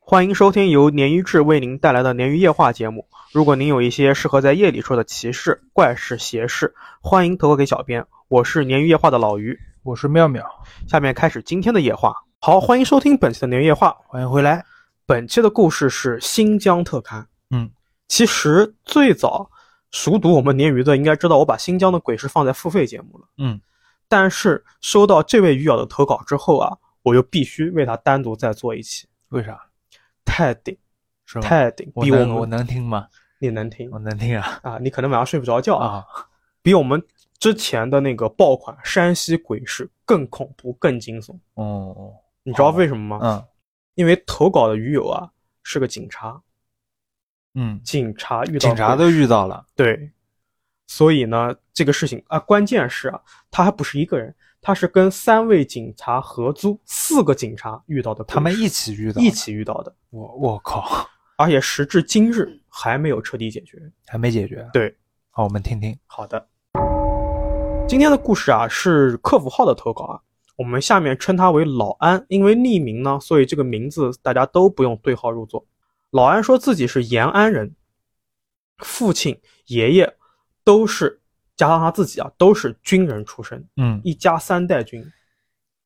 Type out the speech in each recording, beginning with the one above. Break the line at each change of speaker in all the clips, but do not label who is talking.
欢迎收听由鲶鱼志为您带来的鲶鱼夜话节目。如果您有一些适合在夜里说的奇事、怪事、邪事，欢迎投稿给小编。我是鲶鱼夜话的老于。
我是妙妙，
下面开始今天的夜话。好，欢迎收听本期的鲶鱼夜话。
欢迎回来。
本期的故事是新疆特刊。
嗯，
其实最早熟读我们鲶鱼的应该知道，我把新疆的鬼事放在付费节目了。
嗯，
但是收到这位鱼友的投稿之后啊，我就必须为他单独再做一期，
为啥？
太顶
是吧？
太顶，
我
比
能
们
我能听吗？
你能听
我能听啊
啊？你可能晚上睡不着觉啊，
啊！
比我们之前的那个爆款山西鬼市更恐怖、更惊悚。
哦，
你知道为什么吗？
嗯
因为投稿的鱼友啊是个警察，
嗯，
警察遇到
警察
鬼
都遇到 了，
对，所以呢，这个事情啊，关键是啊，他还不是一个人，他是跟三位警察合租，四个警察遇到的鬼市，
他们一起遇到，
一。起遇到的，
我我靠，
而且时至今日还没有彻底解决。
还没解决。
对，
好，我们听听。
好的，今天的故事啊是客服号的投稿啊，我们下面称他为老安，因为匿名呢，所以这个名字大家都不用对号入座。老安说自己是延安人，父亲、爷爷都是，加上他自己啊，都是军人出身，
嗯，
一家三代军，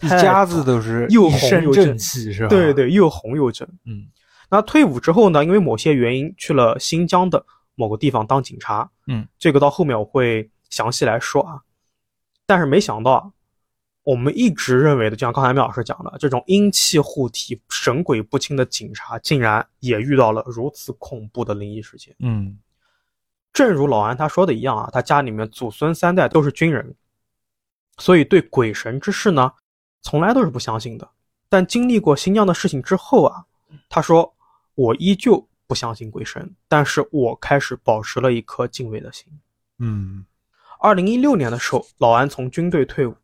一
太
家子都是
又
一
红
身
又
正
正
气，是吧？
对，对，又红又正。
啊嗯
那退伍之后呢，因为某些原因去了新疆的某个地方当警察。
嗯，
这个到后面我会详细来说啊。但是没想到啊，我们一直认为的，就像刚才苗老师讲的，这种阴气护体、神鬼不侵的警察，竟然也遇到了如此恐怖的灵异事件。
嗯
正如老安他说的一样啊，他家里面祖孙三代都是军人，所以对鬼神之事呢，从来都是不相信的。但经历过新疆的事情之后啊，他说我依旧不相信鬼神，但是我开始保持了一颗敬畏的心。
嗯
二零一六年的时候，老安从军队退伍，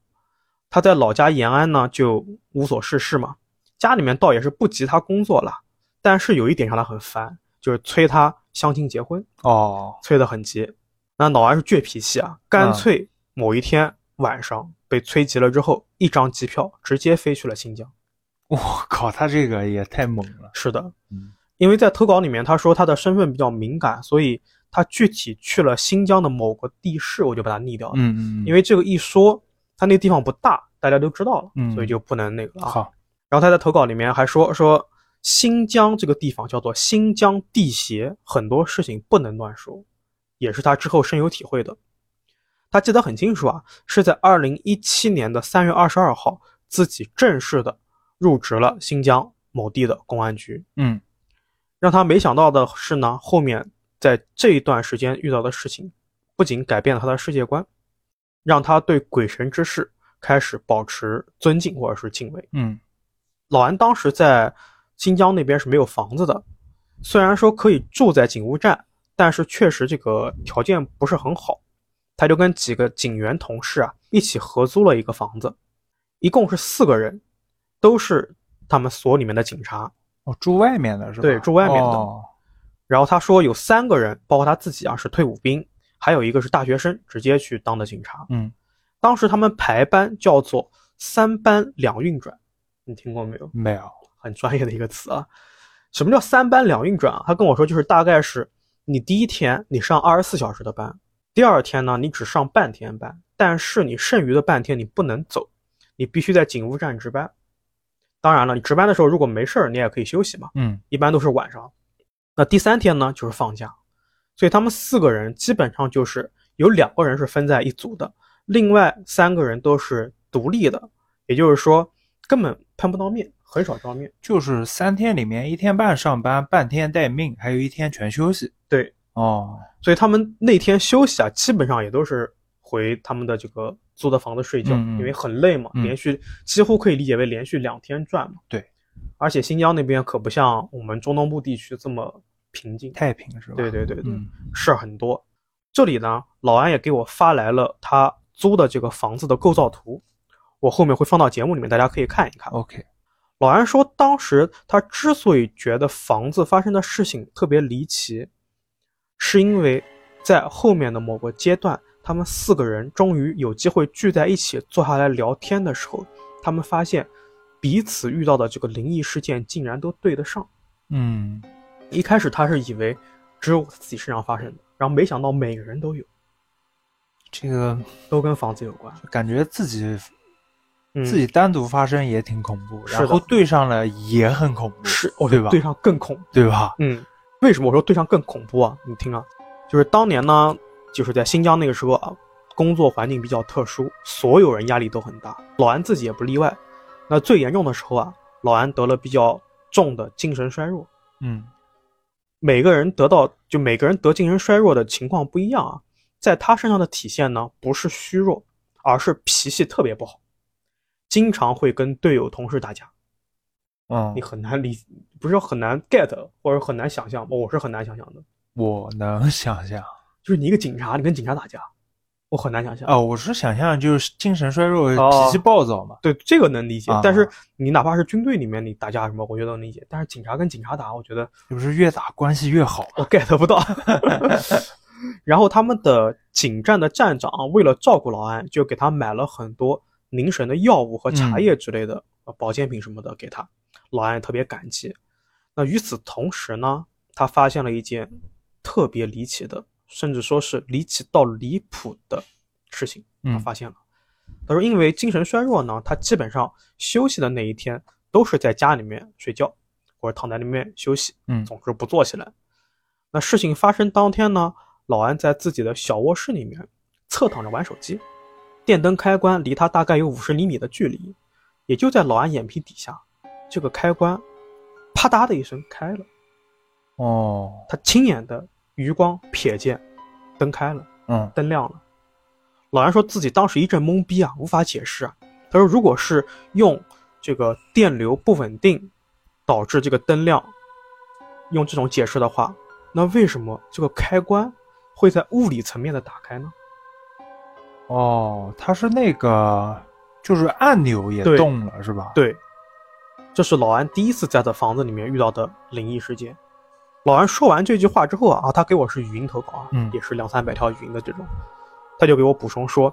他在老家延安呢就无所事事嘛，家里面倒也是不急他工作了，但是有一点让他很烦，就是催他相亲结婚。
哦，
催得很急。那老安是倔脾气啊，
嗯
干脆某一天晚上被催急了之后，一张机票直接飞去了新疆。
我靠，他这个也太猛了。
是的，
嗯
因为在投稿里面他说他的身份比较敏感，所以他具体去了新疆的某个地市，我就把它匿掉了。
嗯嗯，
因
为
为这个一说，他那地方不大，大家都知道了，
嗯
所以就不能那个了啊。
好，
然后他在投稿里面还说说新疆这个地方叫做新疆地协，很多事情不能乱说，也是他之后深有体会的。他记得很清楚啊，是在二零一七年的三月二十二号，自己正式的入职了新疆某地的公安局。
嗯
让他没想到的是呢，后面在这一段时间遇到的事情，不仅改变了他的世界观，让他对鬼神之事开始保持尊敬或者是敬畏。
嗯
老安当时在新疆那边是没有房子的，虽然说可以住在警务站，但是确实这个条件不是很好。他就跟几个警员同事啊一起合租了一个房子，一共是四个人，都是他们所里面的警察。
哦，住外面的是吧？
对住外面的
哦
然后他说有三个人，包括他自己啊是退伍兵，还有一个是大学生，直接去当的警察。
嗯，
当时他们排班叫做三班两运转，你听过没有？
没有。
很专业的一个词啊。什么叫三班两运转啊？他跟我说就是大概是你第一天你上二十四小时的班，第二天呢你只上半天班，但是你剩余的半天你不能走，你必须在警务站值班。当然了，你值班的时候如果没事儿，你也可以休息嘛，
嗯
一般都是晚上。那第三天呢就是放假，所以他们四个人基本上就是有两个人是分在一组的，另外三个人都是独立的，也就是说根本碰不到面，很少照面。
就是三天里面一天半上班，半天待命，还有一天全休息。
对，
哦，
所以他们那天休息啊，基本上也都是回他们的这个租的房子睡觉，
嗯嗯
因为很累嘛，
嗯
连续几乎可以理解为连续两天转嘛。
对，
而且新疆那边可不像我们中东部地区这么平静，
太平是吧？
对对对对，
嗯
事儿很多。这里呢，老安也给我发来了他租的这个房子的构造图，我后面会放到节目里面，大家可以看一啊看。
，OK，
老安说，当时他之所以觉得房子发生的事情特别离奇，是因为在后面的某个阶段，他们四个人终于有机会聚在一起坐下来聊天的时候，他们发现彼此遇到的这个灵异事件竟然都对得上。
嗯
一开始他是以为只有自己身上发生的，然后没想到每个人都有，
这个
都跟房子有关。
感觉自己
嗯，
自己单独发生也挺恐怖，
是的
然后对上了也很恐怖，
是，我觉
哦对
得
吧？
对上更恐怖。
对吧？
嗯，为什么我说对上更恐怖啊？你听啊，就是当年呢，就是在新疆那个时候啊，工作环境比较特殊，所有人压力都很大，老安自己也不例外。那最严重的时候啊，老安得了比较重的精神衰弱。
嗯
每个人得到就每个人得精神衰弱的情况不一样啊，在他身上的体现呢，不是虚弱，而是脾气特别不好，经常会跟队友同事打架。
嗯
你，很难理，不是说很难 get 或者很难想象，我是很难想象的。
我能想象
就是你一个警察，你跟警察打架，我很难想象。
哦，我是想象就是精神衰弱、
哦
脾气暴躁嘛。
对，这个能理解
啊。
但是你哪怕是军队里面你打架什么，我觉得能理解。但是警察跟警察打，我觉得
是不是越打关系越好？
我 get 不到。 然后他们的警站的站长啊为了照顾老安，就给他买了很多凝神的药物
嗯
和茶叶之类的、呃保健品什么的给他。老安也特别感激。那与此同时呢，他发现了一件特别离奇的，甚至说是离奇到离谱的事情。他
嗯
发现了，他说因为精神衰弱呢，他基本上休息的那一天都是在家里面睡觉或者躺在里面休息。
嗯
总之不做起来。那事情发生当天呢，老安在自己的小卧室里面侧躺着玩手机，电灯开关离他大概有五十厘米的距离，也就在老安眼皮底下，这个开关啪嗒的一声开了，
哦，
他亲眼的余光瞥见灯开了，
嗯
灯亮了。老安说自己当时一阵懵逼啊，无法解释啊。他说如果是用这个电流不稳定导致这个灯亮，用这种解释的话，那为什么这个开关会在物理层面的打开呢？
哦，它是那个就是按钮也
对
动了是吧？，
对，这是老安第一次在他房子里面遇到的灵异事件。老安说完这句话之后啊，啊他给我是语音投稿啊，
嗯
也是两三百条语音的这种，他就给我补充说，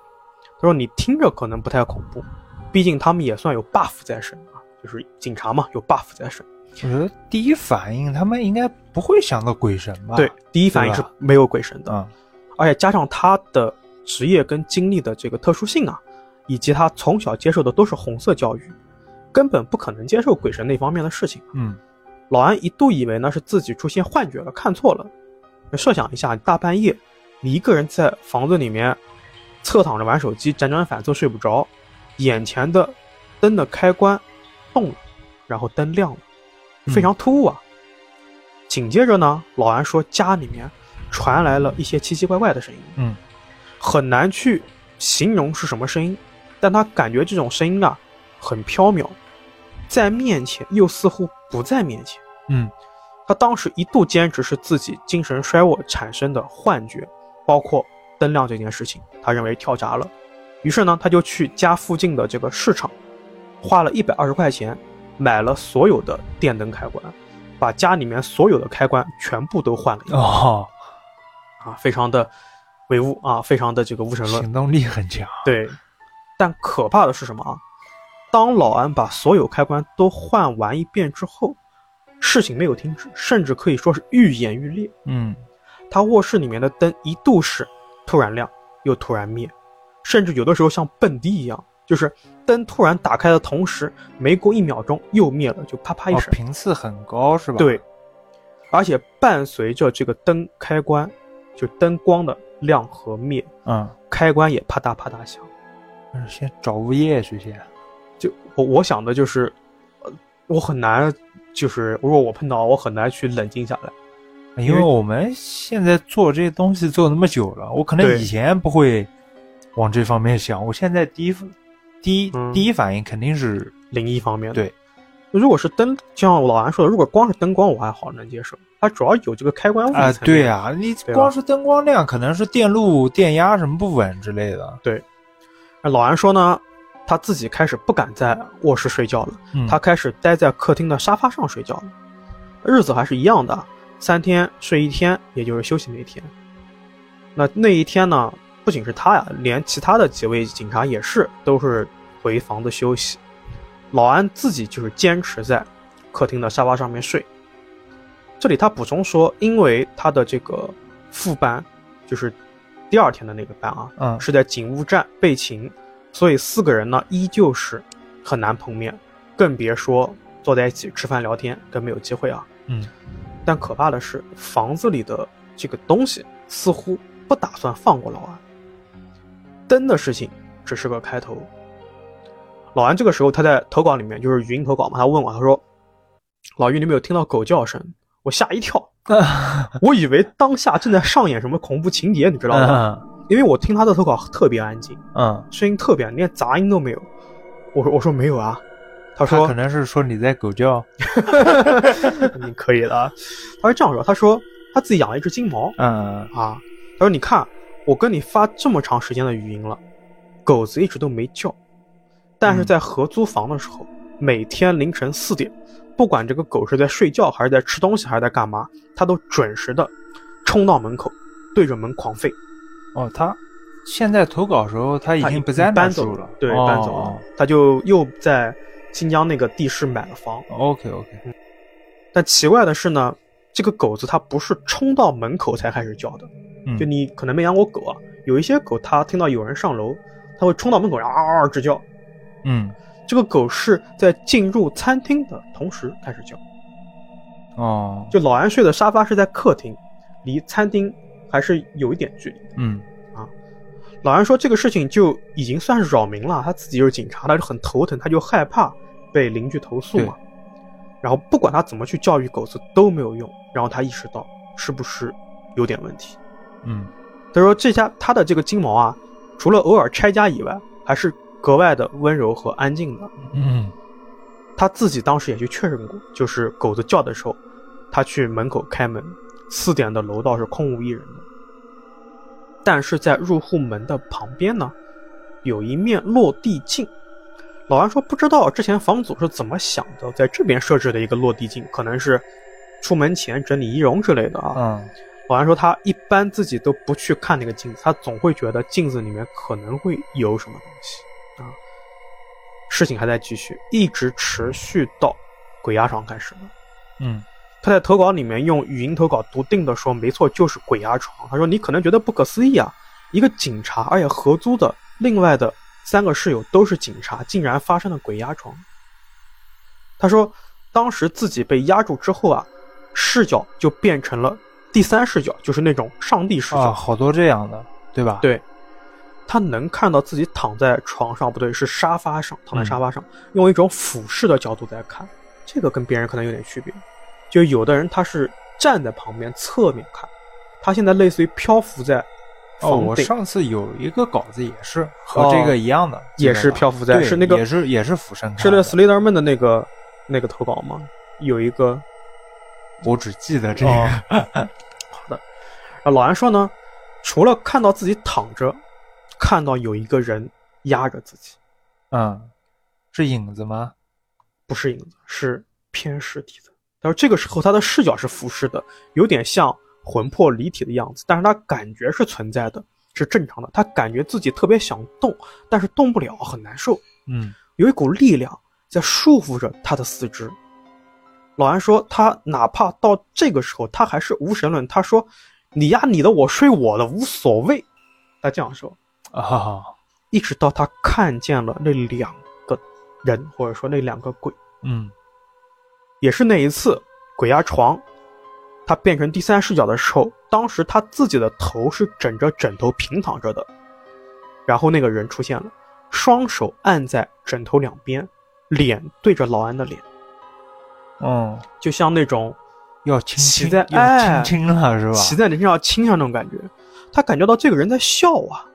他说你听着可能不太恐怖，毕竟他们也算有 buff 在身啊，就是警察嘛，有 buff 在身。
我觉得第一反应他们应该不会想到鬼神吧？
对，第一反应
对
是
啊吧
没有鬼神的，
嗯，
而且加上他的职业跟经历的这个特殊性啊，以及他从小接受的都是红色教育，根本不可能接受鬼神那方面的事情。
嗯
老安一度以为呢是自己出现幻觉了，看错了。设想一下，大半夜你一个人在房子里面侧躺着玩手机，辗转反侧睡不着，眼前的灯的开关动了，然后灯亮了，非常突兀啊。紧接着呢，老安说家里面传来了一些奇奇怪怪的声音，
嗯，
很难去形容是什么声音，但他感觉这种声音啊很飘渺，在面前又似乎不在面前。
嗯，
他当时一度坚持是自己精神衰弱产生的幻觉，包括灯亮这件事情，他认为跳闸了。于是呢，他就去家附近的这个市场，花了一百二十块钱买了所有的电灯开关，把家里面所有的开关全部都换了一个、
哦，
啊，非常的唯物啊，非常的这个无神论。
行动力很强。
对，但可怕的是什么啊？当老安把所有开关都换完一遍之后，事情没有停止，甚至可以说是愈演愈烈。
嗯，
他卧室里面的灯一度是突然亮，又突然灭，甚至有的时候像蹦迪一样，就是灯突然打开的同时，没过一秒钟又灭了，就啪啪一
哦，
声。
频次很高是吧？
对，，而且伴随着这个灯开关，就灯光的亮和灭，
嗯，
开关也啪嗒啪嗒响。
嗯先找物业去先。
就我我想的就是，呃，我很难，就是如果我碰到，我很难去冷静下来。
因为我们现在做这些东西做那么久了，我可能
对
以前不会往这方面想，我现在第一第一、
嗯
第一反应肯定是
灵异方面的，
对，
如果是灯，就像老安说的，如果光是灯光，我还好能接受。它主要有这个开关物
啊、
层面
对啊，你
吧
光是灯光亮，可能是电路、电压什么不稳之类的。
那老安说呢，他自己开始不敢在卧室睡觉了，
嗯，
他开始待在客厅的沙发上睡觉了。日子还是一样的，三天睡一天，也就是休息那一天。那那一天呢，不仅是他呀，连其他的几位警察也是，都是回房子休息。老安自己就是坚持在客厅的沙发上面睡。这里他补充说，因为他的这个副班，就是第二天的那个班啊，
嗯
是在警务站被擒，所以四个人呢依旧是很难碰面，更别说坐在一起吃饭聊天，更没有机会啊。
嗯
但可怕的是，房子里的这个东西似乎不打算放过老安。灯的事情只是个开头。老安这个时候他在投稿里面就是语音投稿嘛，他问我，他说：“老于，你有没有听到狗叫声？”我吓一跳，我以为当下正在上演什么恐怖情节，你知道吗？
嗯
因为我听他的投稿特别安静，
嗯，
声音特别安静，连杂音都没有。我说：“我说没有啊。”他
他
说
可：“能是说你在狗叫。
你可以的。”啊。 他是这样说：“他说他自己养了一只金毛，
嗯
啊，他说：“你看，我跟你发这么长时间的语音了，狗子一直都没叫，但是
嗯
在合租房的时候，每天凌晨四点，不管这个狗是在睡觉还是在吃东西还是在干嘛，它都准时的冲到门口，对着门狂吠。
哦，他现在投稿时候他已
它
经不在那
搬
住
走
了，
对，
哦
搬走了，他就又在新疆那个地市买了房。
OK OK，
但奇怪的是呢，这个狗子它不是冲到门口才开始叫的。”
嗯，
就你可能没养过狗啊，有一些狗它听到有人上楼，它会冲到门口然后嗷嗷直叫。
嗯
这个狗是在进入餐厅的同时开始叫。
哦，
就老安睡的沙发是在客厅，离餐厅还是有一点距离。
嗯
老安说这个事情就已经算是扰民了，他自己就是警察，他就很头疼，他就害怕被邻居投诉嘛。然后不管他怎么去教育狗子都没有用，然后他意识到是不是有点问题。
嗯
他说这家他的这个金毛啊，除了偶尔拆家以外，还是格外的温柔和安静的。
嗯
他自己当时也去确认过，就是狗子叫的时候，他去门口开门，四点的楼道是空无一人的。但是在入户门的旁边呢，有一面落地镜。老安说不知道之前房主是怎么想的，在这边设置的一个落地镜，可能是出门前整理仪容之类的啊。
嗯
老安说他一般自己都不去看那个镜子，他总会觉得镜子里面可能会有什么东西啊。事情还在继续，一直持续到鬼压床开始了。
嗯
他在投稿里面用语音投稿笃定的说：“没错，就是鬼压床。”他说：“你可能觉得不可思议啊，一个警察，而且合租的另外的三个室友都是警察，竟然发生了鬼压床。”他说：“当时自己被压住之后啊，视角就变成了第三视角，就是那种上帝视角。
啊，好多这样的，对吧？
对，他能看到自己躺在床上，不对，是沙发上，躺
嗯
在沙发上，用一种俯视的角度在看，这个跟别人可能有点区别。就有的人他是站在旁边侧面看，他现在类似于漂浮在
哦，
房
我
顶，
上次有一个稿子也是和这个一样的，
哦也
记得
是
吧
漂浮在，
对
是那个
也是也是俯身看
是那
的
个 Slaterman 的那个那个投稿吗？有一个
我只记得这
哦
个，
啊，老安说呢，除了看到自己躺着，看到有一个人压着自己，
嗯，是影子吗？
不是影子，是偏实体的。但是这个时候他的视角是俯视的，有点像魂魄离体的样子，但是他感觉是存在的，是正常的。他感觉自己特别想动，但是动不了，很难受，
嗯
有一股力量在束缚着他的四肢。老安说，他哪怕到这个时候，他还是无神论。他说：“你压你的，我睡我的，无所谓。”他这样说。
啊，
一直到他看见了那两个人，或者说那两个鬼，
嗯
也是那一次鬼压床，他变成第三视角的时候，当时他自己的头是枕着枕头平躺着的，然后那个人出现了，双手按在枕头两边，脸对着老安的脸，
嗯，
就像那种
要亲
骑
亲，
在哎
要亲亲了是吧？
骑在你身上亲上那种感觉，他感觉到这个人在笑啊，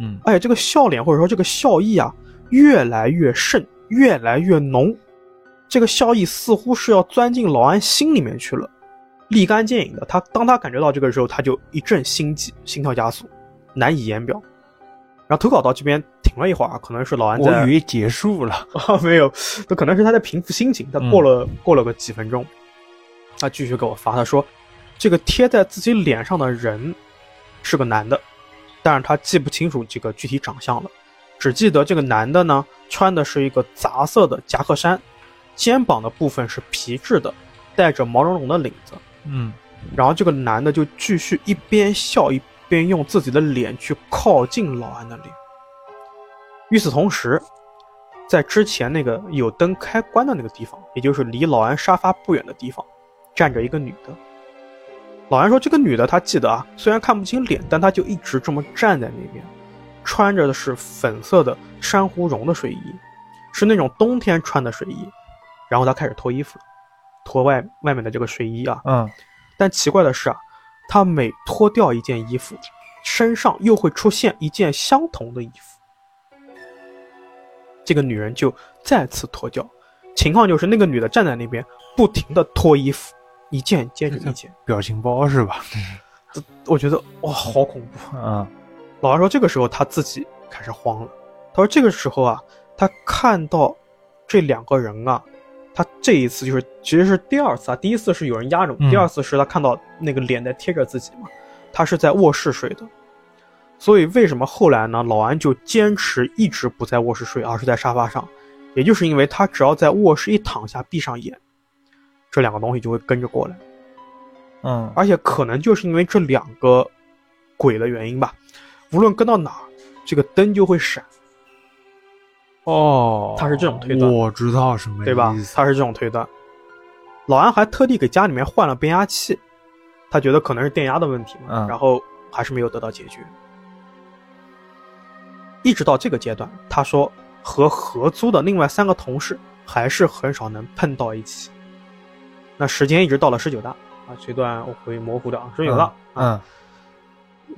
嗯
而且这个笑脸或者说这个笑意啊，越来越盛，越来越浓，这个笑意似乎是要钻进老安心里面去了，立竿见影的。他当他感觉到这个时候，他就一阵心悸，心跳加速，难以言表。然后投稿到这边停了一会儿啊，可能是老安在
我以为结束了。
啊， 没有，这可能是他在平复心情。他过了、过了个几分钟，他继续给我发，他说这个贴在自己脸上的人是个男的，但是他记不清楚这个具体长相了，只记得这个男的呢穿的是一个杂色的夹克衫，肩膀的部分是皮质的，带着毛茸茸的领子，
嗯
然后这个男的就继续一边笑一边用自己的脸去靠近老安的脸。与此同时，在之前那个有灯开关的那个地方，也就是离老安沙发不远的地方，站着一个女的。老安说：“这个女的，他记得啊，虽然看不清脸，但她就一直这么站在那边，穿着的是粉色的珊瑚绒的睡衣，是那种冬天穿的睡衣。”然后他开始脱衣服了，脱外外面的这个睡衣啊，
嗯，
但奇怪的是啊，他每脱掉一件衣服，身上又会出现一件相同的衣服。这个女人就再次脱掉，情况就是那个女的站在那边，不停的脱衣服，一件接着一件。
表情包是吧？
我觉得哇，好恐怖！
嗯
老二说，这个时候他自己开始慌了。他说，这个时候啊，他看到这两个人啊，他这一次就是其实是第二次啊，第一次是有人压着我，
嗯
第二次是他看到那个脸在贴着自己嘛，他是在卧室睡的。所以为什么后来呢？老安就坚持一直不在卧室睡，而是在沙发上，也就是因为他只要在卧室一躺下，闭上眼，这两个东西就会跟着过来。
嗯
而且可能就是因为这两个鬼的原因吧，无论跟到哪儿，这个灯就会闪，
哦，
他是这种推断
我知道什么
对吧
意？思
他是这种推断。老安还特地给家里面换了变压器，他觉得可能是电压的问题嘛，
嗯
然后还是没有得到解决。一直到这个阶段，他说和合租的另外三个同事还是很少能碰到一起。那时间一直到了十九大啊，这段我会模糊的啊，十九大啊，
嗯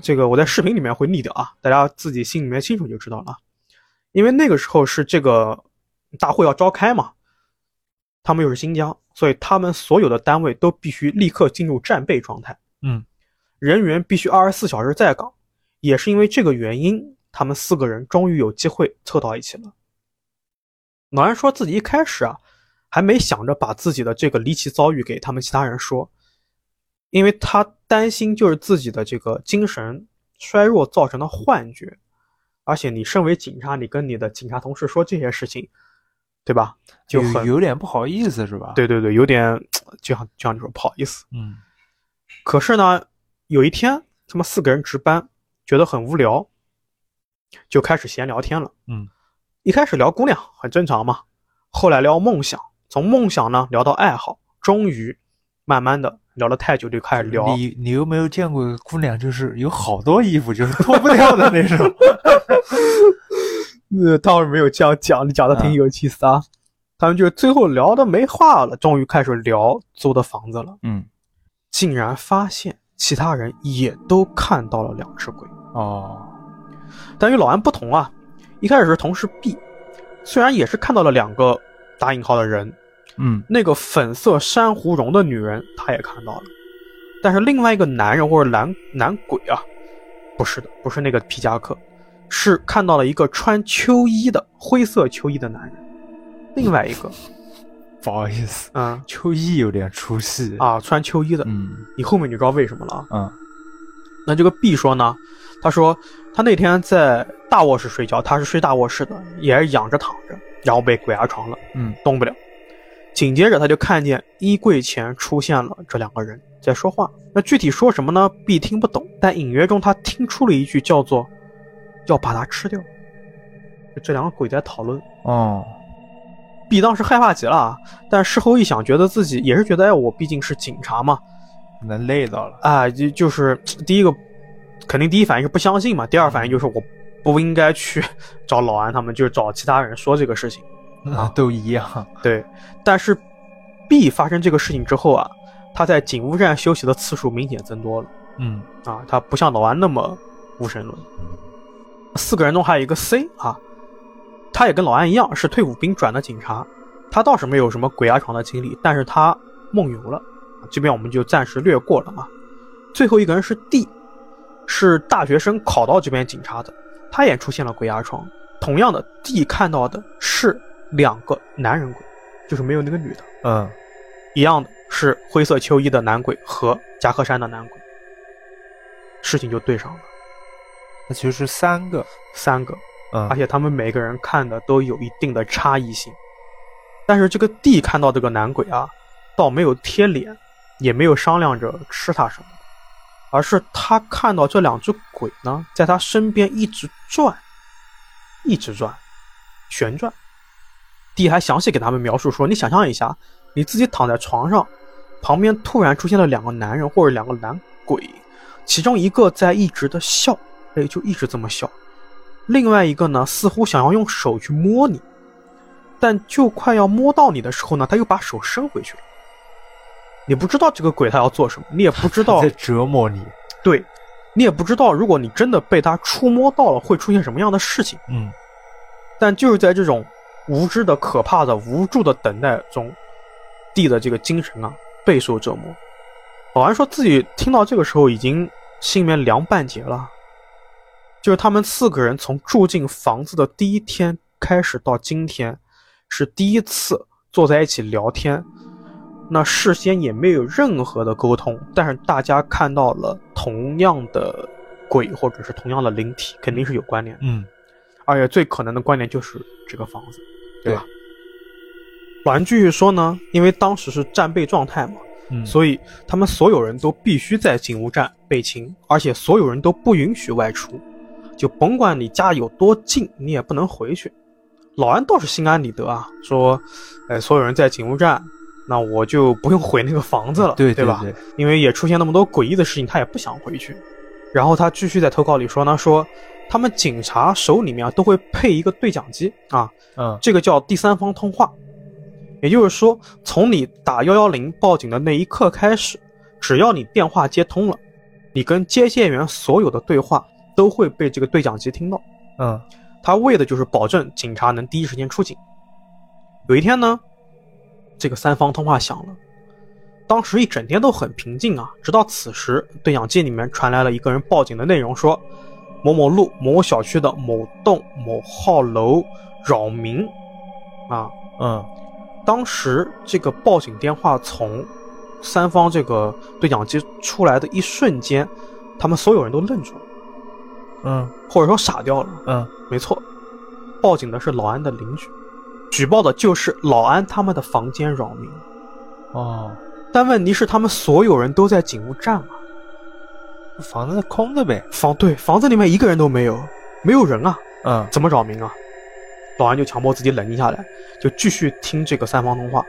这个我在视频里面会立的啊，大家自己心里面清楚就知道了。啊。因为那个时候是这个大会要召开嘛，他们又是新疆，所以他们所有的单位都必须立刻进入战备状态，
嗯
人员必须二十四小时在岗。也是因为这个原因，他们四个人终于有机会凑到一起了。老安说自己一开始啊，还没想着把自己的这个离奇遭遇给他们其他人说，因为他担心就是自己的这个精神衰弱造成的幻觉，而且你身为警察，你跟你的警察同事说这些事情，对吧？就
有
很
有点不好意思是吧？，
对对对，有点就像就像你说不好意思。
嗯
可是呢，有一天他们四个人值班，觉得很无聊，就开始闲聊天了。
嗯
一开始聊姑娘很正常嘛，后来聊梦想，从梦想呢聊到爱好，终于慢慢的聊了太久就开始聊
你你有没有见过姑娘，就是有好多衣服就是脱不掉的那 种？
呃，倒是没有这样讲，你讲的挺有意思啊。他们就最后聊的没话了，终于开始聊租的房子了，
嗯，
竟然发现其他人也都看到了两只鬼。
哦，
但与老安不同啊，一开始是同事 B，虽然也是看到了两个打引号的人，
嗯
那个粉色珊瑚绒的女人她也看到了，但是另外一个男人或者男男鬼啊，不是的，不是那个皮夹克，是看到了一个穿秋衣的灰色秋衣的男人，另外一个，
不好意思，
嗯
秋衣有点出戏。
啊，穿秋衣的，
嗯
你后面就知道为什么了啊。
嗯
那这个 B 说呢，他说他那天在大卧室睡觉，他是睡大卧室的，也是仰着躺着，然后被鬼压床了，
嗯，
动不了。紧接着他就看见衣柜前出现了这两个人在说话，那具体说什么呢？B 听不懂，但隐约中他听出了一句叫做“要把它吃掉”，就这两个鬼在讨论。
哦，
B 当时害怕极了，啊，但事后一想，觉得自己也是觉得，哎，我毕竟是警察嘛，
可能累到了。
啊，就就是第一个，肯定第一反应是不相信嘛，第二反应就是我不应该去 找老安他们，就是找其他人说这个事情。
啊，都一样。
对，但是 B 发生这个事情之后啊，他在警务站休息的次数明显增多了
嗯
啊，他不像老安那么无神论。四个人中还有一个 C 啊，他也跟老安一样是退伍兵转的警察，他倒是没有什么鬼压床的经历，但是他梦游了，这边我们就暂时略过了啊。最后一个人是 D，是大学生考到这边警察的，他也出现了鬼压床。同样的，D 看到的是两个男人鬼，就是没有那个女的。
嗯
一样的是灰色秋衣的男鬼和夹克衫的男鬼，事情就对上了，
那其实三个，
三个，
嗯
而，且他们每个人看的都有一定的差异性。但是这个 D 看到这个男鬼啊，倒没有贴脸，也没有商量着吃它什么，而是他看到这两只鬼呢，在他身边一直转，一直转，旋转。弟还详细给他们描述说，你想象一下，你自己躺在床上，旁边突然出现了两个男人或者两个男鬼，其中一个在一直的笑，哎，就一直这么笑，另外一个呢，似乎想要用手去摸你，但就快要摸到你的时候呢，他又把手伸回去了。你不知道这个鬼他要做什么，你也不知 道
在折磨你。
对，你也不知道，如果你真的被他触摸到了，会出现什么样的事情。
嗯，
但就是在这种无知的、可怕的、无助的等待中，地的这个精神啊备受折磨。保安说自己听到这个时候已经心里面凉半截了。就是他们四个人从住进房子的第一天开始到今天，是第一次坐在一起聊天，那事先也没有任何的沟通，但是大家看到了同样的鬼或者是同样的灵体，肯定是有关联的。
嗯，
而且最可能的关联就是这个房子，对吧？保安继续说呢，因为当时是战备状态嘛，
嗯，
所以他们所有人都必须在警务站被擒，而且所有人都不允许外出，就甭管你家有多近，你也不能回去。老安倒是心安理得啊，说，呃，所有人在警务站，那我就不用回那个房子了，
对
对吧？
对，
因为也出现那么多诡异的事情，他也不想回去。然后他继续在投稿里说呢，说他们警察手里面啊都会配一个对讲机啊，
嗯
这个叫第三方通话。也就是说，从你打幺幺零报警的那一刻开始，只要你电话接通了，你跟接线员所有的对话都会被这个对讲机听到。
嗯
他为的就是保证警察能第一时间出警。有一天呢，这个三方通话响了，当时一整天都很平静啊，直到此时，对讲机里面传来了一个人报警的内容说，某某路某某小区的某栋某号楼扰民啊。
嗯
当时这个报警电话从三方这个对讲机出来的一瞬间，他们所有人都愣住了，
嗯
或者说傻掉了。
嗯，
没错，报警的是老安的邻居，举报的就是老安他们的房间扰民。
哦，
但问题是，他们所有人都在警务站啊，
房子空的呗。
房对房子里面一个人都没有，没有人啊，
嗯
怎么扰民啊？老安就强迫自己冷静下来，就继续听这个三方通话，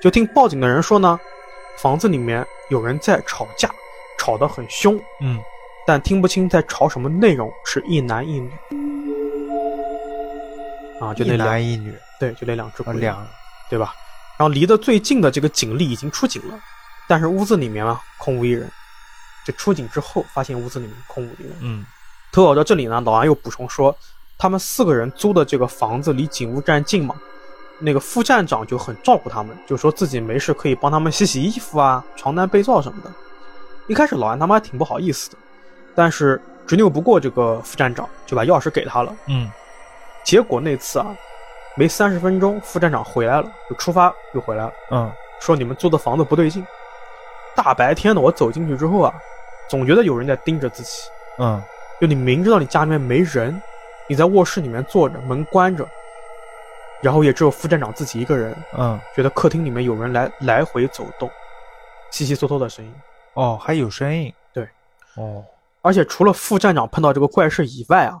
就听报警的人说呢，房子里面有人在吵架，吵得很凶，
嗯，
但听不清在吵什么内容，是一男一女。啊，就
一
那两
男一女，
对，就那两只
啊
鬼，
两
对吧？然后离得最近的这个警力已经出警了，但是屋子里面啊空无一人。这出警之后，发现屋子里面空无一人。
嗯
投稿到这里呢，老安又补充说，他们四个人租的这个房子离警务站近嘛，那个副站长就很照顾他们，就说自己没事可以帮他们洗洗衣服啊、床单被罩什么的。一开始老安他妈挺不好意思的，但是执拗不过这个副站长，就把钥匙给他了。
嗯
结果那次啊，没三十分钟，副站长回来了，就出发又回来了，
嗯
说你们租的房子不对劲。大白天的，我走进去之后啊，总觉得有人在盯着自己。
嗯
就你明知道你家里面没人，你在卧室里面坐着，门关着，然后也只有副站长自己一个人，
嗯，
觉得客厅里面有人来来回走动，悉悉嗦嗦的声音。
哦，还有声音。
对，
哦，
而且除了副站长碰到这个怪事以外啊，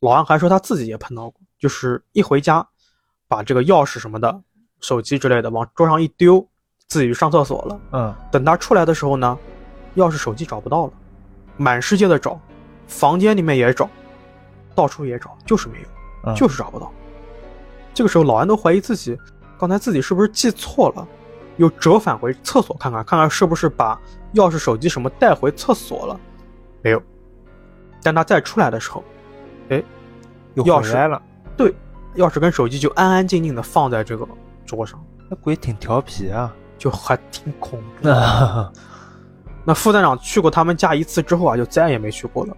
老安还说他自己也碰到过，就是一回家，把这个钥匙什么的、手机之类的往桌上一丢，自己去上厕所了。
嗯
等他出来的时候呢，钥匙、手机找不到了，满世界的找，房间里面也找，到处也找，就是没有，
嗯，
就是找不到。这个时候，老安都怀疑自己刚才自己是不是记错了，又折返回厕所看看，看看是不是把钥匙、手机什么带回厕所了，没有。但他再出来的时候，
又
钥
回
匙
来了。
对，钥匙跟手机就安安静静的放在这个桌上，
那鬼挺调皮啊。
就还挺恐 怖
嗯
的。
那
那副站长去过他们家一次之后啊，就再也没去过了。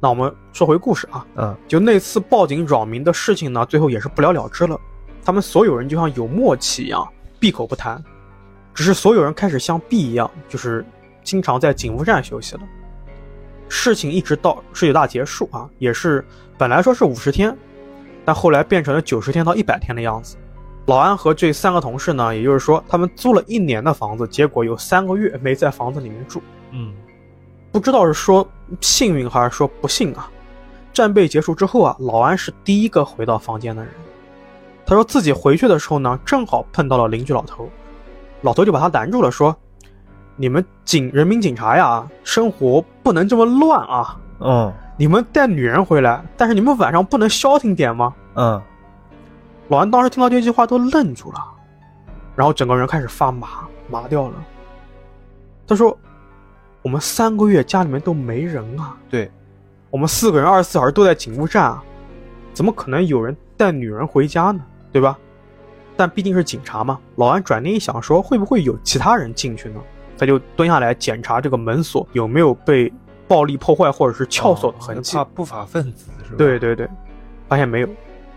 那我们说回故事啊，
嗯
就那次报警扰民的事情呢，最后也是不了了之了。他们所有人就像有默契一样，闭口不谈，只是所有人开始像 B 一样，就是经常在警务站休息了。事情一直到十九大结束啊，也是本来说是五十天，但后来变成了九十天到一百天的样子。老安和这三个同事呢，也就是说，他们租了一年的房子，结果有三个月没在房子里面住，
嗯，
不知道是说幸运还是说不幸啊。战备结束之后啊，老安是第一个回到房间的人。他说自己回去的时候呢，正好碰到了邻居老头，老头就把他拦住了，说：“你们警人民警察呀，生活不能这么乱啊！
嗯
你们带女人回来，但是你们晚上不能消停点吗？”
嗯
老安当时听到这句话都愣住了，然后整个人开始发麻，麻掉了。他说：“我们三个月家里面都没人啊，
对，
我们四个人二十四小时都在警务站啊，怎么可能有人带女人回家呢？对吧？但毕竟是警察嘛。”老安转念一想说，会不会有其他人进去呢？他就蹲下来检查这个门锁有没有被暴力破坏或者是撬锁的痕迹。
怕不法分子是吧？
对，对对，发现没有。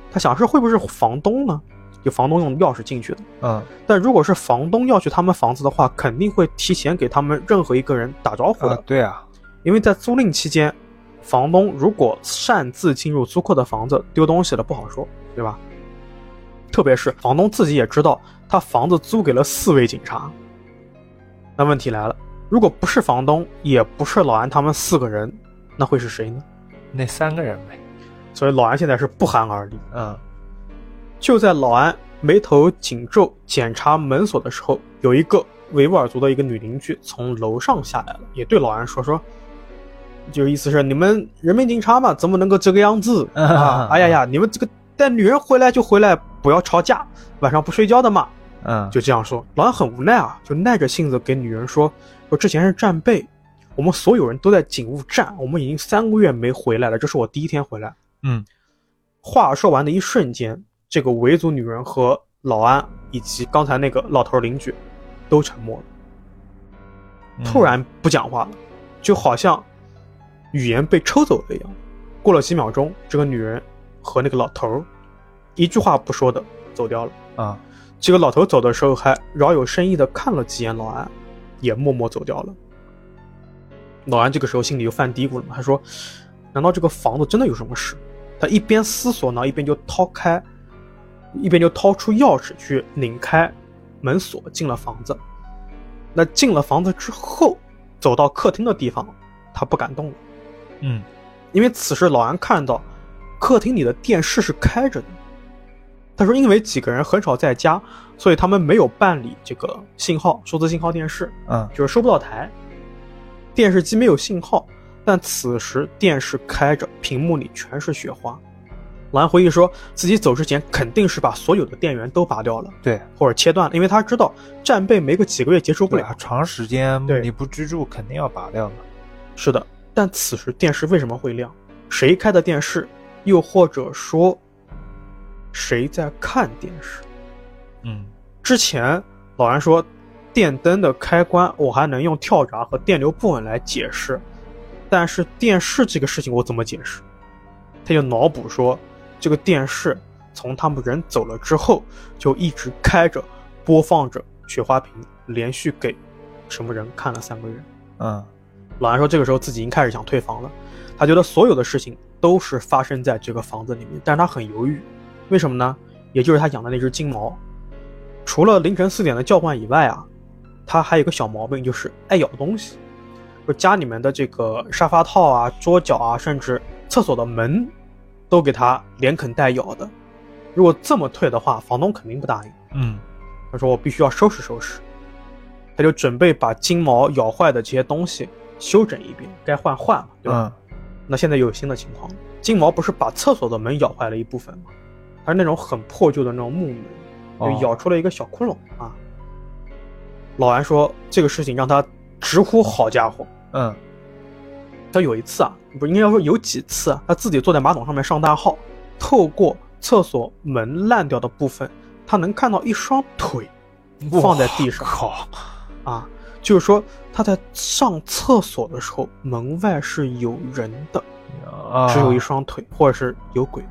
他想是会不会是房东呢？有房东用钥匙进去的。
嗯
但如果是房东要去他们房子的话，肯定会提前给他们任何一个人打招呼的，
啊，对啊，
因为在租赁期间，房东如果擅自进入租客的房子丢东西了，不好说，对吧？特别是房东自己也知道，他房子租给了四位警察。那问题来了，如果不是房东，也不是老安他们四个人，那会是谁呢？
那三个人呗，
所以老安现在是不寒而栗。
嗯
就在老安眉头紧皱检查门锁的时候，有一个维吾尔族的一个女邻居从楼上下来了，也对老安说说，就是意思是你们人民警察嘛，怎么能够这个样子啊？哎呀呀，你们这个带女人回来就回来，不要吵架，晚上不睡觉的嘛。
嗯，
就这样说，老安很无奈啊，就耐着性子给女人说：“说之前是战备，我们所有人都在警务站，我们已经三个月没回来了，这是我第一天回来。”
嗯，
话说完的一瞬间，这个维族女人和老安以及刚才那个老头邻居都沉默了，
嗯
突然不讲话了，就好像语言被抽走了一样。过了几秒钟，这个女人和那个老头儿一句话不说的走掉了。
啊，
这个老头走的时候还饶有深意的看了几眼老安，也默默走掉了。老安这个时候心里就犯嘀咕了嘛，他说：“难道这个房子真的有什么事？”他一边思索呢，一边就掏开，一边就掏出钥匙去拧开门锁，进了房子。那进了房子之后，走到客厅的地方，他不敢动了，
嗯
因为此时老安看到客厅里的电视是开着的。他说，因为几个人很少在家，所以他们没有办理这个信号数字信号电视，
嗯
就是收不到台，电视机没有信号。但此时电视开着，屏幕里全是雪花。老安回忆说，自己走之前肯定是把所有的电源都拔掉了，
对，
或者切断了，因为他知道战备没个几个月结束不
对
了
啊，。长时间
对
你不居住肯定要拔掉嘛，
是的，但此时电视为什么会亮？谁开的电视？又或者说，谁在看电视？
嗯
之前老安说，电灯的开关我还能用跳闸和电流不稳来解释，但是电视这个事情我怎么解释？他就脑补说，这个电视从他们人走了之后就一直开着，播放着雪花屏，连续给什么人看了三个月。
嗯
老安说，这个时候自己已经开始想退房了，他觉得所有的事情都是发生在这个房子里面，但是他很犹豫，为什么呢？也就是他养的那只金毛，除了凌晨四点的叫唤以外啊，它还有个小毛病，就是爱咬东西，就家里面的这个沙发套啊、桌角啊，甚至厕所的门，都给它连啃带咬的。如果这么退的话，房东肯定不答应。
嗯
他说我必须要收拾收拾，他就准备把金毛咬坏的这些东西修整一遍，该换换嘛，对吧？
嗯
那现在又有新的情况，金毛不是把厕所的门咬坏了一部分吗？它是那种很破旧的那种木门，
哦
就咬出了一个小窟窿啊。老安说这个事情让他直呼好家伙。
嗯
他有一次啊，不是应该要说有几次啊，他自己坐在马桶上面上大号，透过厕所门烂掉的部分，他能看到一双腿放在地上。
靠，
啊，就是说他在上厕所的时候，门外是有人的，
啊，
只有一双腿，或者是有鬼的。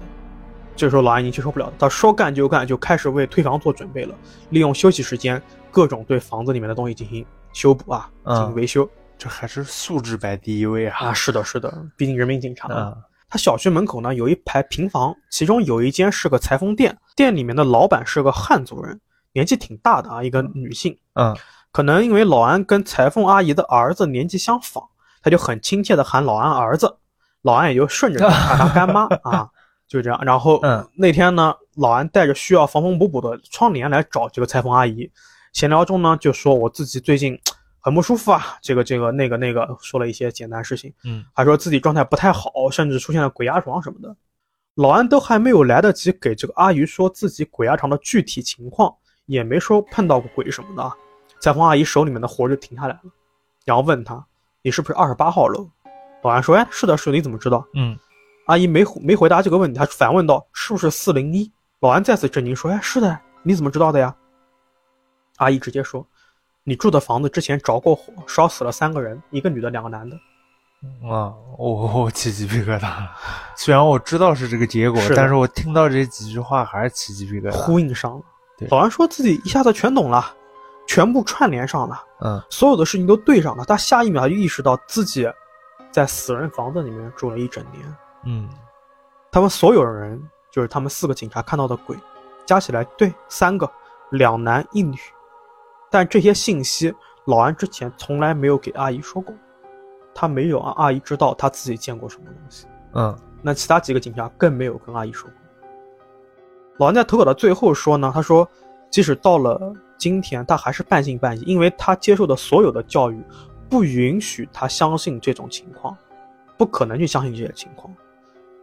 这时候老安已经接受不了了，他说干就干，就开始为退房做准备了，利用休息时间，各种对房子里面的东西进行修补啊，进行
嗯
维修、
这还是素质摆第一位啊
啊。是的，是的，毕竟人民警察嘛。
啊
他小区门口呢有一排平房，其中有一间是个裁缝店，店里面的老板是个汉族人，年纪挺大的啊，一个女性。
嗯
可能因为老安跟裁缝阿姨的儿子年纪相仿，他就很亲切的喊老安儿子，老安也就顺着喊他干妈啊，就这样。然后、
嗯
那天呢，老安带着需要缝缝补补的窗帘来找这个裁缝阿姨，闲聊中呢就说我自己最近很不舒服啊，这个这个那个那个，说了一些简单事情。
嗯，
还说自己状态不太好，甚至出现了鬼压床什么的。老安都还没有来得及给这个阿姨说自己鬼压床的具体情况，也没说碰到过鬼什么的啊。裁缝阿姨手里面的活就停下来了，然后问他：“你是不是二十八号楼？”老安说：“哎，是的，是的，你怎么知道
嗯？”
阿姨没回没回答这个问题，她反问道：“是不是四零一？”老安再次震惊说：“哎，是的，你怎么知道的呀？”阿姨直接说：“你住的房子之前着过火，烧死了三个人，一个女的，两个男的。”嗯
啊，我我起鸡皮疙瘩 了。虽然我知道是这个结果
是，的
但是我听到这几句话还是起鸡皮疙瘩。
呼应上了
对。
老安说自己一下子全懂了，全部串联上了，
嗯
所有的事情都对上了。他下一秒就意识到自己在死人房子里面住了一整年。
嗯
他们所有人，就是他们四个警察看到的鬼，加起来对三个，两男一女。但这些信息，老安之前从来没有给阿姨说过，他没有让阿姨知道他自己见过什么东西。
嗯
那其他几个警察更没有跟阿姨说过。老安在投稿的最后说呢，他说，即使到了今天，他还是半信半疑，因为他接受的所有的教育，不允许他相信这种情况，不可能去相信这些情况。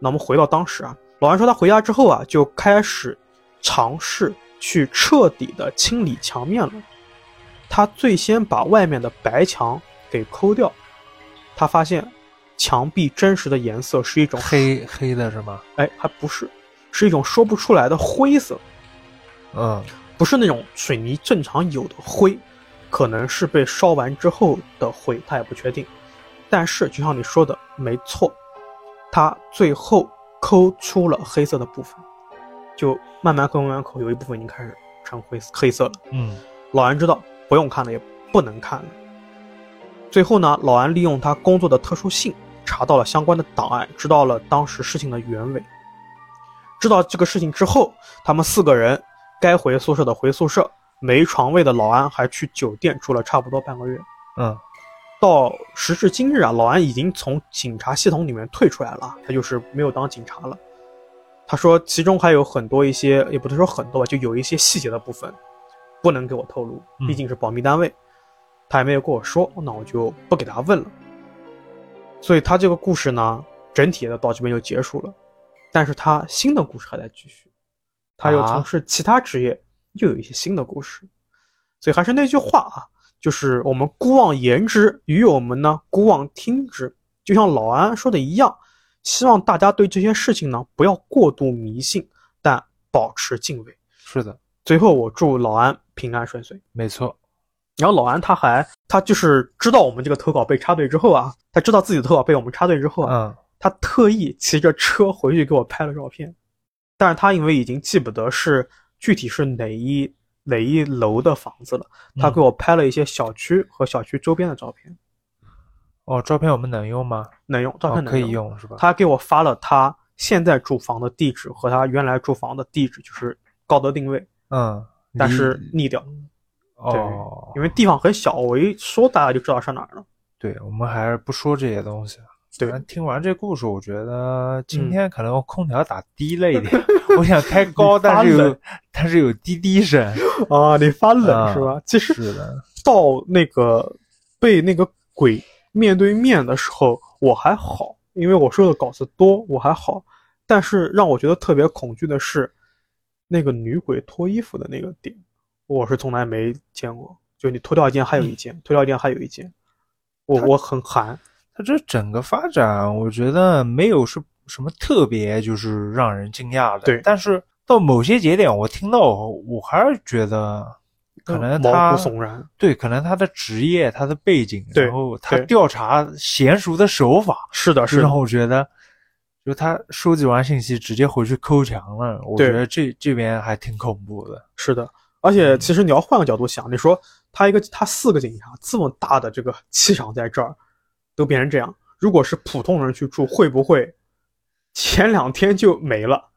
那我们回到当时啊，老安说他回家之后啊，就开始尝试去彻底的清理墙面了。他最先把外面的白墙给抠掉，他发现墙壁真实的颜色是一种
黑黑的是吗？
哎，还不是，是一种说不出来的灰色，
嗯
不是那种水泥正常有的灰，可能是被烧完之后的灰，他也不确定。但是就像你说的，没错，他最后抠出了黑色的部分，就慢慢抠，慢慢抠，有一部分已经开始成灰色黑色了。
嗯
老安知道不用看了，也不能看了。最后呢，老安利用他工作的特殊性，查到了相关的档案，知道了当时事情的原委。知道这个事情之后，他们四个人该回宿舍的回宿舍，没床位的老安还去酒店住了差不多半个月。
嗯
到时至今日啊，老安已经从警察系统里面退出来了，他就是没有当警察了。他说，其中还有很多一些，也不能说很多吧，就有一些细节的部分，不能给我透露，
嗯
毕竟是保密单位。他也没有跟我说，那我就不给他问了。所以他这个故事呢，整体的到这边就结束了，但是他新的故事还在继续，他又从事其他职业，又有一些新的故事。所以还是那句话啊，就是我们姑妄言之，与友们呢姑妄听之。就像老安说的一样，希望大家对这些事情呢不要过度迷信，但保持敬畏。
是的，
最后，我祝老安平安顺遂。
没错。
然后老安他还他就是知道我们这个投稿被插队之后啊，他知道自己的投稿被我们插队之后啊，
嗯
他特意骑着车回去给我拍了照片，但是他因为已经记不得是具体是哪一哪一楼的房子了，
嗯
他给我拍了一些小区和小区周边的照片，
哦，照片我们能用吗？
能用照
哦
片，能
可以。用是吧？
他给我发了他现在住房的地址和他原来住房的地址，就是高德定位，
嗯，
但
离
是逆掉，
哦，
因为地方很小，我一说大家就知道上哪儿了。
对，我们还是不说这些东西。
对
反正听完这故事，我觉得今
嗯
天可能空调打低了一 点，我想开高，但
发
是有
冷
但是有滴滴声。
啊，你发冷
啊
是吧？其实
是的，
到那个被那个鬼面对面的时候，我还好，因为我说的稿子多，我还好。但是让我觉得特别恐惧的是，那个女鬼脱衣服的那个点，我是从来没见
嗯
过。就你脱掉一件还有一件，脱掉一件还有一件，我我很寒。
它这整个发展，我觉得没有是什么特别，就是让人惊讶的。
对
但是到某些节点，我听到我我还是觉得，可能
毛
他
骨悚然，
对，可能他的职业、他的背景，
对
然后他
对
调查娴熟的手法，
是的，是
是
的
让，我觉得，就他收集完信息直接回去抠墙了，我
对
觉得这这边还挺恐怖的。
是的。而
嗯
且，其实你要换个角度想，你说他一个他四个警察这么大的这个气场在这儿，都变成这样，如果是普通人去住，会不会前两天就没了，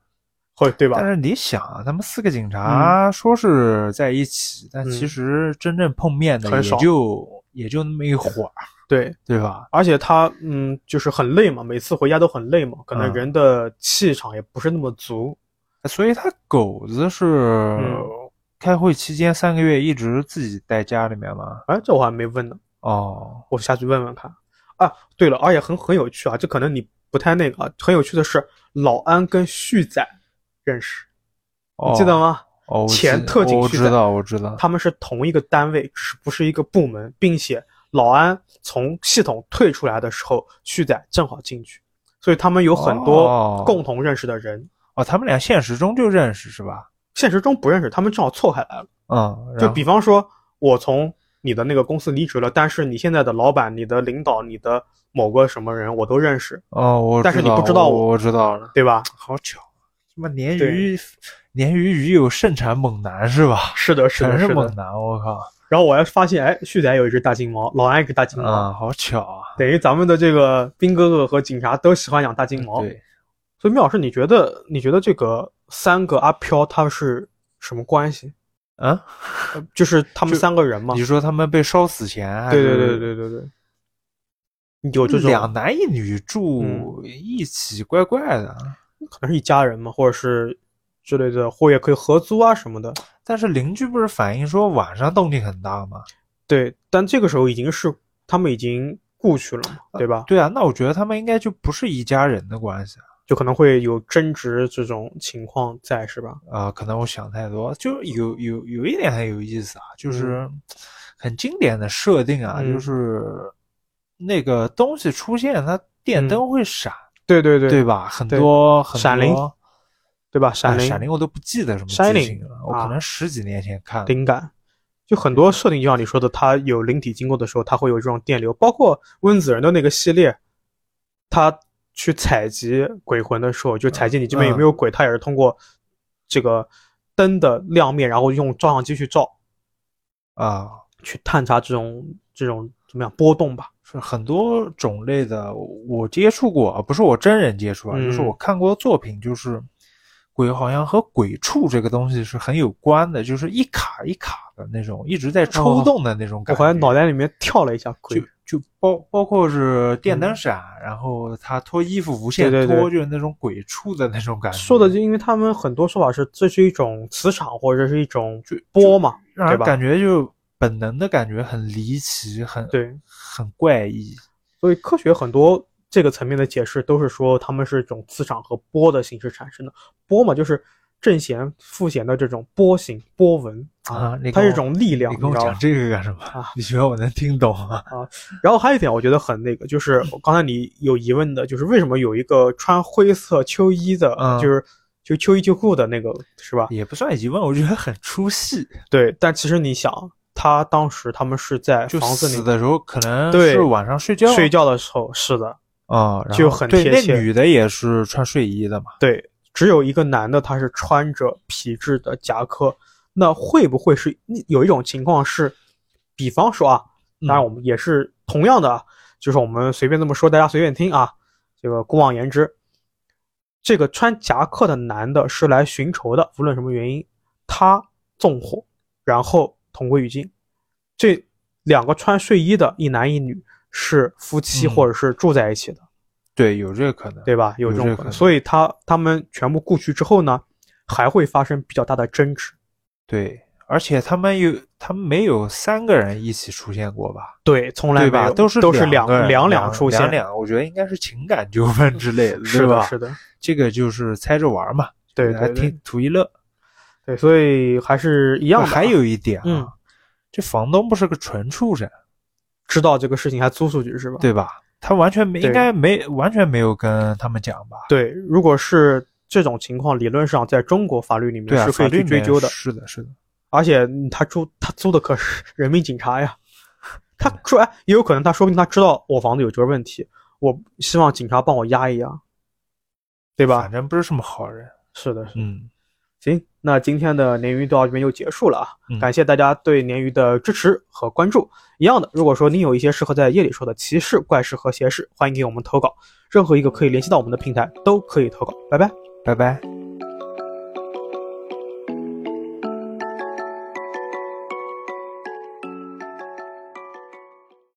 会对吧
但？是你想啊，他们四个警察说是在一起，但其实真正碰面的
嗯很
也
少
就也就那么一会儿，
对，
对吧？
而且他嗯，就是很累嘛，每次回家都很累嘛，可能
嗯
人的气场也不是那么足。
所以他狗子是
嗯
开会期间三个月一直自己待家里面嘛。
哎，这我还没问呢，
哦，
我下去问问看。啊，对了，而且很很有趣啊，这可能你不太那个啊，很有趣的是老安跟旭仔认识，
哦
你记得？吗？
哦，我记
前特警
我
区
知
在
道，我知道。
他们是同一个单位，只不是一个部门，并且老安从系统退出来的时候，旭仔正好进去，所以他们有很
哦
多共同认识的人。
哦，他们俩现实中就认识是吧？
现实中不认识，他们正好错开来了。
嗯，然
就
后
比方说，我从你的那个公司离职了，但是你现在的老板、你的领导、你的某个什么人我都认识，
哦，我
但是你不知道
我，
我
我知道了。
对吧？
好巧，啊什么鲶
对
鱼，鲶鱼鱼有盛产猛男是吧？
是的，是
全
的，
是
是
猛
的。
男，我靠！
然后我还发现，哎，旭仔有一只大金毛，老安有一只大金毛，
啊，好巧啊！
等于咱们的这个兵哥哥和警察都喜欢养大金毛。
对，
所以缪老师，你觉得你觉得这个三个阿飘他是什么关系？
啊，
呃就是他们
就
三个人吗
你？说他们被烧死前还
对
是，
对对对对对，有这种
两男一女
嗯
住一起，怪怪的。啊
可能是一家人嘛，或者是之类的，或也可以合租啊什么的。
但是邻居不是反映说晚上动静很大吗？
对，但这个时候已经是他们已经故去了嘛，对吧？
对啊，那我觉得他们应该就不是一家人的关系啊
就可能会有争执这种情况在，是吧？
啊。可能我想太多，就有有有一点很有意思啊，就是很经典的设定啊，
嗯
就是那个东西出现，它电灯会闪，
对对嗯对
对
对
吧？很
对
多很多
闪灵吧？
哎
闪灵、
闪灵我都不记得什么
闪
剧
灵
情了，我
啊
可能十几年前看的。
灵感，就很多设定，就像你说的，它有灵体经过的时候，它会有这种电流，包括温子仁的那个系列，他去采集鬼魂的时候，就采集你这边有没有鬼，他也是通过这个灯的亮面，然后用照相机去照。
啊，
去探查这种这种怎么样波动吧。
是很多种类的，我接触过，啊不是我真人接触啊，
嗯
就是我看过作品，就是鬼好像和鬼畜这个东西是很有关的，就是一卡一卡的那种，一直在抽动的那种
哦我
感觉。
好像脑袋里面跳了一下鬼
就，就包包括是电灯闪，然后他脱衣服无限
嗯对对对
脱，就是那种鬼畜的那种感觉，
说的就因为他们很多说法是这是一种磁场或者是一种波嘛，
让
对
人
吧
感觉就本能的感觉很离奇，很
对，
很怪异。
所以科学很多这个层面的解释都是说他们是一种磁场和波的形式产生的。波嘛，就是正弦、负弦的这种波形、波纹
啊你跟
它是一
我
种力量，
你
你
跟我
知道
讲
吗？
这个干什么？
啊
你觉得我能听懂吗？
然后还有一点我觉得很那个，就是我刚才你有疑问的，就是为什么有一个穿灰色秋衣的，
嗯
就是就秋衣秋裤的那个是吧？
也不算疑问，我觉得很出戏。
对，但其实你想，他当时他们是在
就
房子
死
里
的时候可能
对
是晚上睡觉
睡觉的时候，是的，
啊，然后
就很
对。
贴
那
切
女的也是穿睡衣的嘛？
对，只有一个男的他是穿着皮质的夹克，那会不会是有一种情况是，比方说啊，当
嗯
然我们也是同样的啊，就是我们随便这么说，大家随便听啊，这个姑妄言之，这个穿夹克的男的是来寻仇的，无论什么原因，他纵火，然后同归于尽。这两个穿睡衣的一男一女是夫妻
嗯
或者是住在一起的，
对，有这个可能。
对吧？有这
有
种
这个可
可
能
能，所以他他们全部故去之后呢，还会发生比较大的争执。
对而且他们有，他们没有三个人一起出现过吧？
对，从来
对
没
吧？
有，
都
都
是
是
两
两
个人
两
两
出现，
两两，我觉得应该是情感纠纷之类 的，
是
对
的，
吧？
是的，
这个就是猜着玩嘛，
对
还
对对
挺图一乐。
对，所以还是一样
啊
的啊。
还有一点
嗯
啊，这房东不是个纯畜生，
知道这个事情还租出去是吧？
对吧？他完全没，
对
应该没，完全没有跟他们讲吧？
对，如果是这种情况，理论上在中国法律里面
对啊，
是可
法
以
律
去
里
追
面
究的。
是的，是的，
而且嗯他租他租的可是人民警察呀，他说哎，也有可能他说不定他知道我房子有这个问题，我希望警察帮我压一压，对吧
反？正不是什么好人。
是的，是的
嗯，
行，那今天的鲶鱼到这边就结束了啊
嗯！
感谢大家对鲶鱼的支持和关注。一样的，如果说你有一些适合在夜里说的奇事、怪事和邪事，欢迎给我们投稿，任何一个可以联系到我们的平台都可以投稿。拜拜。
拜拜。